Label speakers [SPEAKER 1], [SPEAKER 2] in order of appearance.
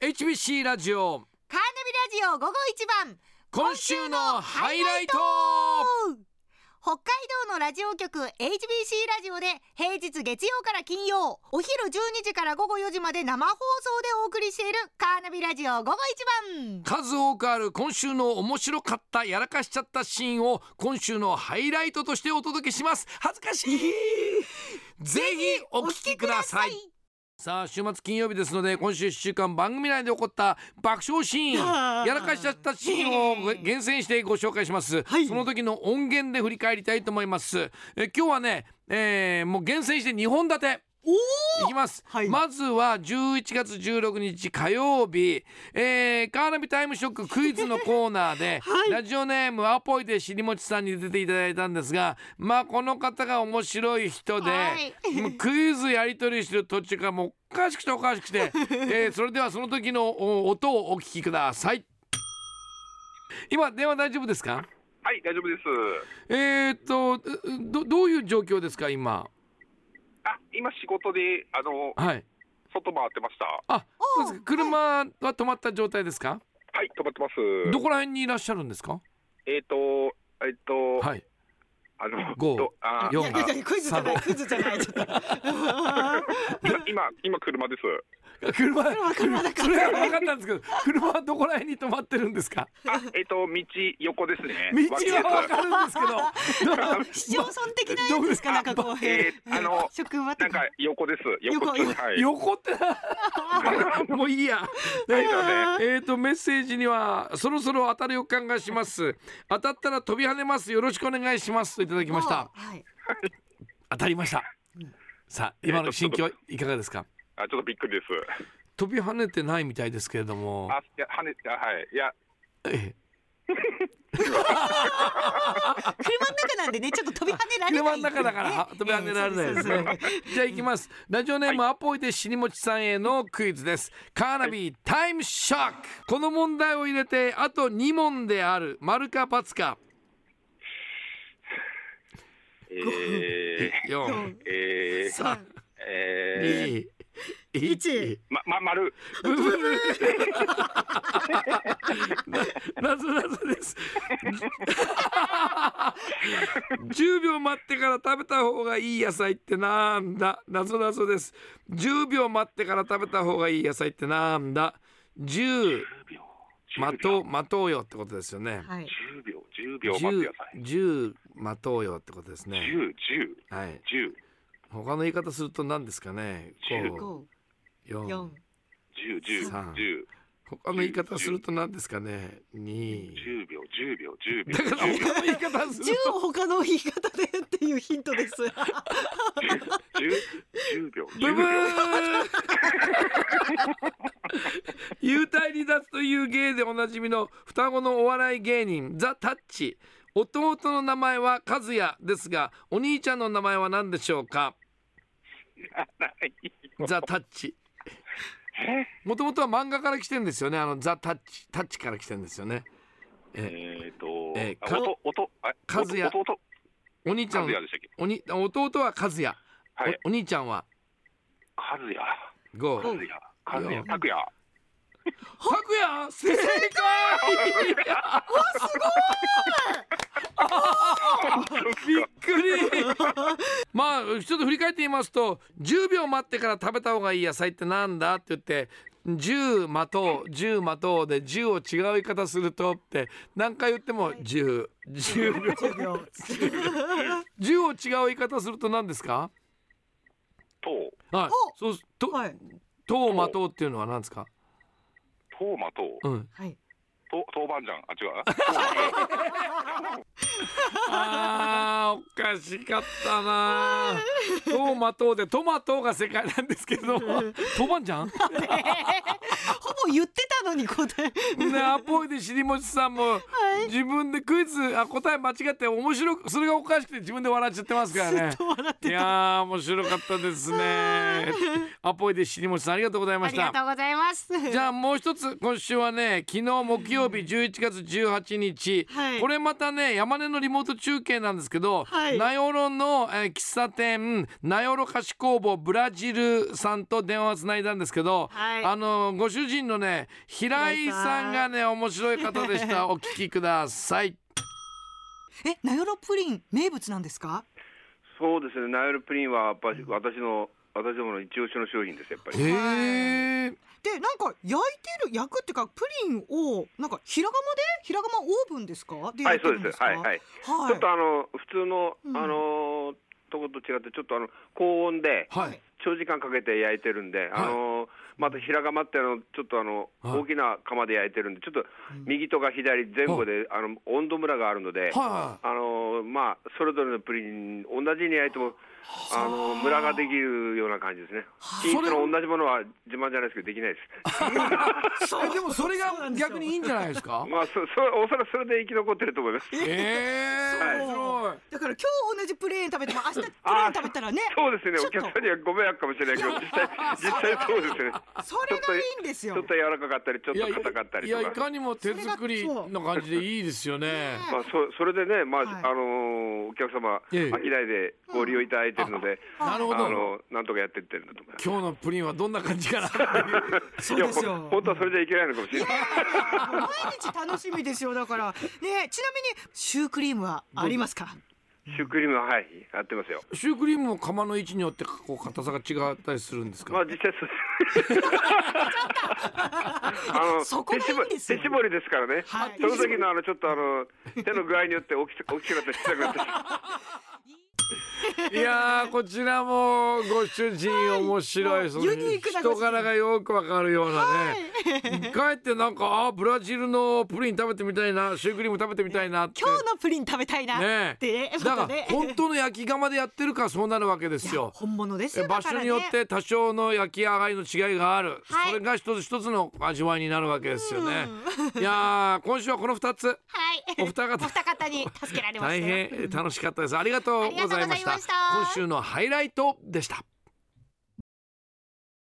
[SPEAKER 1] HBC ラジオ
[SPEAKER 2] カーナビラジオ午後一番
[SPEAKER 1] 今週のハイライト
[SPEAKER 2] 北海道のラジオ局 HBC ラジオで平日月曜から金曜お昼12時から午後4時まで生放送でお送りしているカーナビラジオ午後一番
[SPEAKER 1] 数多くある今週の面白かったやらかしちゃったシーンを今週のハイライトとしてお届けします恥ずかしいぜひお聞きくださいさあ週末金曜日ですので今週1週間番組内で起こった爆笑シー
[SPEAKER 2] あ
[SPEAKER 1] ン
[SPEAKER 2] ー
[SPEAKER 1] やらかしちゃったシーンを厳選してご紹介します、
[SPEAKER 2] はい
[SPEAKER 1] その時の音源で振り返りたいと思いますえ今日はね、えーもう厳選して2本立て
[SPEAKER 2] お
[SPEAKER 1] いきます、
[SPEAKER 2] はい
[SPEAKER 1] まずは11月16日火曜日、えー、カーナビタイムショッククイズのコーナーで、
[SPEAKER 2] はい
[SPEAKER 1] ラジオネームアポイでしりもちさんに出ていただいたんですがまあこの方が面白い人で、
[SPEAKER 2] はい
[SPEAKER 1] もうクイズやり取りしてる途中からもうおかしくておかしくて、えーそれではその時のお音をお聞きください今電話大丈夫ですか
[SPEAKER 3] はい、大丈夫です。
[SPEAKER 1] えー、っとどどういう状況ですか今
[SPEAKER 3] あ、今仕事で、あの、
[SPEAKER 1] はい
[SPEAKER 3] 外回ってました。は
[SPEAKER 1] あ
[SPEAKER 2] お
[SPEAKER 1] そうですか車は止まった状態ですか
[SPEAKER 3] い、止まってます。
[SPEAKER 1] どこら辺にいらっしゃるんですか。
[SPEAKER 3] えっ、と、えっ、と、
[SPEAKER 1] はい。
[SPEAKER 3] あの、
[SPEAKER 1] 五
[SPEAKER 3] どあ
[SPEAKER 1] 四
[SPEAKER 2] いやいやいやクイズじゃない
[SPEAKER 1] 三
[SPEAKER 2] クイズじゃない ちょっと
[SPEAKER 3] 今、今車です。
[SPEAKER 1] 車。
[SPEAKER 2] 車だから
[SPEAKER 1] それは分かったんですけど、車はどこら辺に止まってるんですか。
[SPEAKER 3] あ、えっ、と、道横ですね。
[SPEAKER 1] 道は分かるんですけど。どう
[SPEAKER 2] 市町村的なやつですかなんかこう
[SPEAKER 3] えーあの
[SPEAKER 2] 職場と
[SPEAKER 3] なん
[SPEAKER 2] か
[SPEAKER 3] か横です。横
[SPEAKER 2] 横横
[SPEAKER 3] はい。
[SPEAKER 1] 横ってな。 もういいや。
[SPEAKER 3] はいすいません
[SPEAKER 1] えー、とメッセージにはそろそろ当たる予感がします当たったら飛び跳ねますよろしくお願いしますといただきました
[SPEAKER 2] はい
[SPEAKER 1] 当たりましたさあ今の心境いかがですか
[SPEAKER 3] あ、ちょっとびっくりです。
[SPEAKER 1] 飛び跳ねてないみたいですけれども
[SPEAKER 3] あ、いや、跳ね、あはい、いや、
[SPEAKER 1] ええ
[SPEAKER 2] 車の中なんでねちょっと飛び跳ねられな
[SPEAKER 1] 車
[SPEAKER 2] い
[SPEAKER 1] の中だからは飛び跳ねられないです
[SPEAKER 2] えーそう
[SPEAKER 1] ね
[SPEAKER 2] そうそう。
[SPEAKER 1] じゃあ行きます。ラジオネームアポイでしにもちさんへのクイズです。カーナビタイムショック。この問題を入れてあと2問である。丸か×か。
[SPEAKER 3] え
[SPEAKER 1] 4、
[SPEAKER 3] ー、えー、
[SPEAKER 1] 3、
[SPEAKER 3] えー、
[SPEAKER 1] 2、1。
[SPEAKER 3] ま、ま、丸。
[SPEAKER 1] ブブブーななぞなぞです。10秒待ってから食べた方がいい野菜ってなんだなぞなぞです。10秒待ってから食べた方がいい野菜ってなんだ ?10 待とう、待とうよってことですよね。
[SPEAKER 2] はい
[SPEAKER 3] 10秒、10秒待ってく
[SPEAKER 1] 10
[SPEAKER 3] ださい。、
[SPEAKER 1] 10待とうよってことですね。
[SPEAKER 3] 10、10、
[SPEAKER 1] はい。
[SPEAKER 3] 10、
[SPEAKER 1] 他の言い方すると何ですかね ?5、
[SPEAKER 3] 10
[SPEAKER 2] 五
[SPEAKER 1] 4
[SPEAKER 2] 四、
[SPEAKER 3] 10、10、
[SPEAKER 1] さん
[SPEAKER 3] 10。
[SPEAKER 1] 他の言い方すると何ですかね ?2、
[SPEAKER 3] 10秒、10秒、10秒。
[SPEAKER 1] だから俺の言い方す
[SPEAKER 2] 十
[SPEAKER 1] る
[SPEAKER 2] を他の言い方でっていうヒントです。
[SPEAKER 3] 10 10秒、
[SPEAKER 1] とブ
[SPEAKER 3] 10
[SPEAKER 1] ブー
[SPEAKER 3] 秒。
[SPEAKER 1] 幽体離脱という芸でおなじみの双子のお笑い芸人ザ・タッチ弟の名前は和也ですがお兄ちゃんの名前は何でしょうかザ・タッチもともとは漫画から来てるんですよねあのザ・タッチタッチから来てるんですよね
[SPEAKER 3] えっと、
[SPEAKER 1] えー
[SPEAKER 3] あ
[SPEAKER 1] か
[SPEAKER 3] 音、音、あ、
[SPEAKER 1] 和也
[SPEAKER 3] 音音、
[SPEAKER 1] お兄ちゃ
[SPEAKER 3] 和
[SPEAKER 1] んの
[SPEAKER 3] 也でしたっけ
[SPEAKER 1] おに弟は和也
[SPEAKER 3] はい、
[SPEAKER 1] おお兄ちゃんは
[SPEAKER 3] 和也、
[SPEAKER 1] ゴ
[SPEAKER 3] 和
[SPEAKER 1] ー
[SPEAKER 3] 也、和
[SPEAKER 1] うん
[SPEAKER 3] 也、拓也。
[SPEAKER 1] 拓也正解びっくりまあちょっと振り返ってみますと10秒待ってから食べた方がいい野菜ってなんだって言って10待とう10待とうで10を違う言い方するとって何回言っても1010秒
[SPEAKER 2] 十秒。
[SPEAKER 1] 10を違う言い方すると何ですか
[SPEAKER 3] とう、
[SPEAKER 1] はい
[SPEAKER 2] お
[SPEAKER 1] そうすと
[SPEAKER 2] はい
[SPEAKER 1] 「とう待とう」っていうのは何ですか
[SPEAKER 3] とうまとう、
[SPEAKER 1] うん
[SPEAKER 2] はい。
[SPEAKER 3] とう、とうばんじゃん、あ、違う。
[SPEAKER 1] あーおかしかった なトマトでトマトが正解なんですけどトバンじゃんね
[SPEAKER 2] ほぼ言ってたのに答え。
[SPEAKER 1] アポイで尻餅さんも自分でクイズあ答え間違って面白くそれがおかしくて自分で笑っちゃってますからね
[SPEAKER 2] ずっと笑って
[SPEAKER 1] いやー面白かったですねアポイで尻餅さんありがとうございま
[SPEAKER 2] あ
[SPEAKER 1] し
[SPEAKER 2] り
[SPEAKER 1] た
[SPEAKER 2] がとうござい ます。
[SPEAKER 1] じゃあもう一つ今週はね昨日木曜日11月18日、
[SPEAKER 2] はい
[SPEAKER 1] これまたね山根のリモート中継なんですけど、
[SPEAKER 4] はい
[SPEAKER 1] 名寄の、えー喫茶店名寄菓子工房ブラジルさんと電話をつないだんですけど、
[SPEAKER 4] はい
[SPEAKER 1] あのご主人のね平井さんがね面白い方でした お聞きください
[SPEAKER 2] え、名寄プリン名物なんですか？
[SPEAKER 5] そうですね、ナイルプリンはやっぱり私の、私どもの一押しの商品です、やっぱり。
[SPEAKER 1] へえ
[SPEAKER 4] でなんか焼いてる焼くっていうかプリンをなんか平釜で平釜オーブンですかで
[SPEAKER 5] は
[SPEAKER 4] 焼いて
[SPEAKER 5] い、そう
[SPEAKER 4] るん
[SPEAKER 5] で。
[SPEAKER 4] ですすか
[SPEAKER 5] はい、はい。
[SPEAKER 4] はい
[SPEAKER 5] ちょっとあの、普通の
[SPEAKER 4] う、ん
[SPEAKER 5] あの、とこと違って、ちょっとあの、高温で、
[SPEAKER 1] はい
[SPEAKER 5] 長時間かけて焼いてるんで、あの、また平釜ってあの、ちょっとあの、
[SPEAKER 1] はい
[SPEAKER 5] 大きな釜で焼いてるんで、ちょっと右とか左前後で、あの、温度ムラがあるので、
[SPEAKER 1] は
[SPEAKER 5] あの、まあ、それぞれのプリン、同じに焼いても、あの、ムラができるような感じですね。均一の同じものは自慢じゃないですけど、できないです。
[SPEAKER 1] いえでもそれが逆にいいんじゃないですか
[SPEAKER 5] まあ、そ、そ、おそらくそれで生き残ってると思います。
[SPEAKER 1] ええ面白い
[SPEAKER 4] だから今日同じプレーン食べても明日プレー
[SPEAKER 5] あ
[SPEAKER 4] ン食べたらね
[SPEAKER 5] そうですね。
[SPEAKER 4] ちょ
[SPEAKER 5] お
[SPEAKER 4] っと
[SPEAKER 5] 客さんにはご迷惑かもしれないけど、実際、実際そうですね。
[SPEAKER 4] それがいいんです
[SPEAKER 5] ち
[SPEAKER 4] よ
[SPEAKER 5] ょっと柔らかかったり、ちょっと硬かったり
[SPEAKER 1] い
[SPEAKER 5] と
[SPEAKER 1] やい
[SPEAKER 5] か。
[SPEAKER 1] かにも手作りの感じでいいですよね。
[SPEAKER 5] まあ、そ、それでね、まあ、
[SPEAKER 4] はい
[SPEAKER 5] あのーお客様、
[SPEAKER 1] ええ
[SPEAKER 5] 飽きないでご利用いただいてるので、
[SPEAKER 1] なるほ
[SPEAKER 5] あ
[SPEAKER 1] ど。
[SPEAKER 5] の、なんとかやってってるんだと思います。
[SPEAKER 1] 今日のプリンはどんな感じかな っていう。
[SPEAKER 4] そうですよ
[SPEAKER 5] いやほん本当はそれじゃいけないのかもしれない。
[SPEAKER 4] もう毎日楽しみですよだからねちなみにシュークリームはありますか
[SPEAKER 5] シュークリームは、はい、やってますよ。
[SPEAKER 1] シュークリームの釜の位置によってこう硬さが違ったりするんですか。
[SPEAKER 5] まあ、実際そうです。 あの
[SPEAKER 4] そこがいいんですよ
[SPEAKER 5] 手絞り手絞りですからね。
[SPEAKER 4] はい
[SPEAKER 5] その時の、あの、ちょっと、あの、手の具合によって、大きく、大きくなったり、小さくなったり。
[SPEAKER 1] いやーこちらもご主人面白い。その
[SPEAKER 4] ユニークなご主人
[SPEAKER 1] 人柄がよくわかるようなね。 かえってなんかあーブラジルのプリン食べてみたいな、シュークリーム食べてみたいなって。
[SPEAKER 4] 今日のプリン食べたいな
[SPEAKER 1] ね
[SPEAKER 4] っ
[SPEAKER 1] え
[SPEAKER 4] てこ
[SPEAKER 1] だ
[SPEAKER 4] と
[SPEAKER 1] か
[SPEAKER 4] で
[SPEAKER 1] ら本当の焼き釜でやってるからそうなるわけですよ。
[SPEAKER 4] 本物です
[SPEAKER 1] え
[SPEAKER 4] よ
[SPEAKER 1] 場
[SPEAKER 4] だか
[SPEAKER 1] 所
[SPEAKER 4] ら
[SPEAKER 1] によ
[SPEAKER 4] ね
[SPEAKER 1] って多少の焼き上がりの違いがある、
[SPEAKER 2] はい
[SPEAKER 1] それが一つ一つの味わいになるわけですよね。いやー今週はこの2つ
[SPEAKER 2] は い。
[SPEAKER 1] お二方
[SPEAKER 2] お二方に助けられました
[SPEAKER 1] 大
[SPEAKER 2] よ。
[SPEAKER 1] 変楽しかったですありがとうございました
[SPEAKER 2] ありがとうございました
[SPEAKER 1] 今週のハイライトでした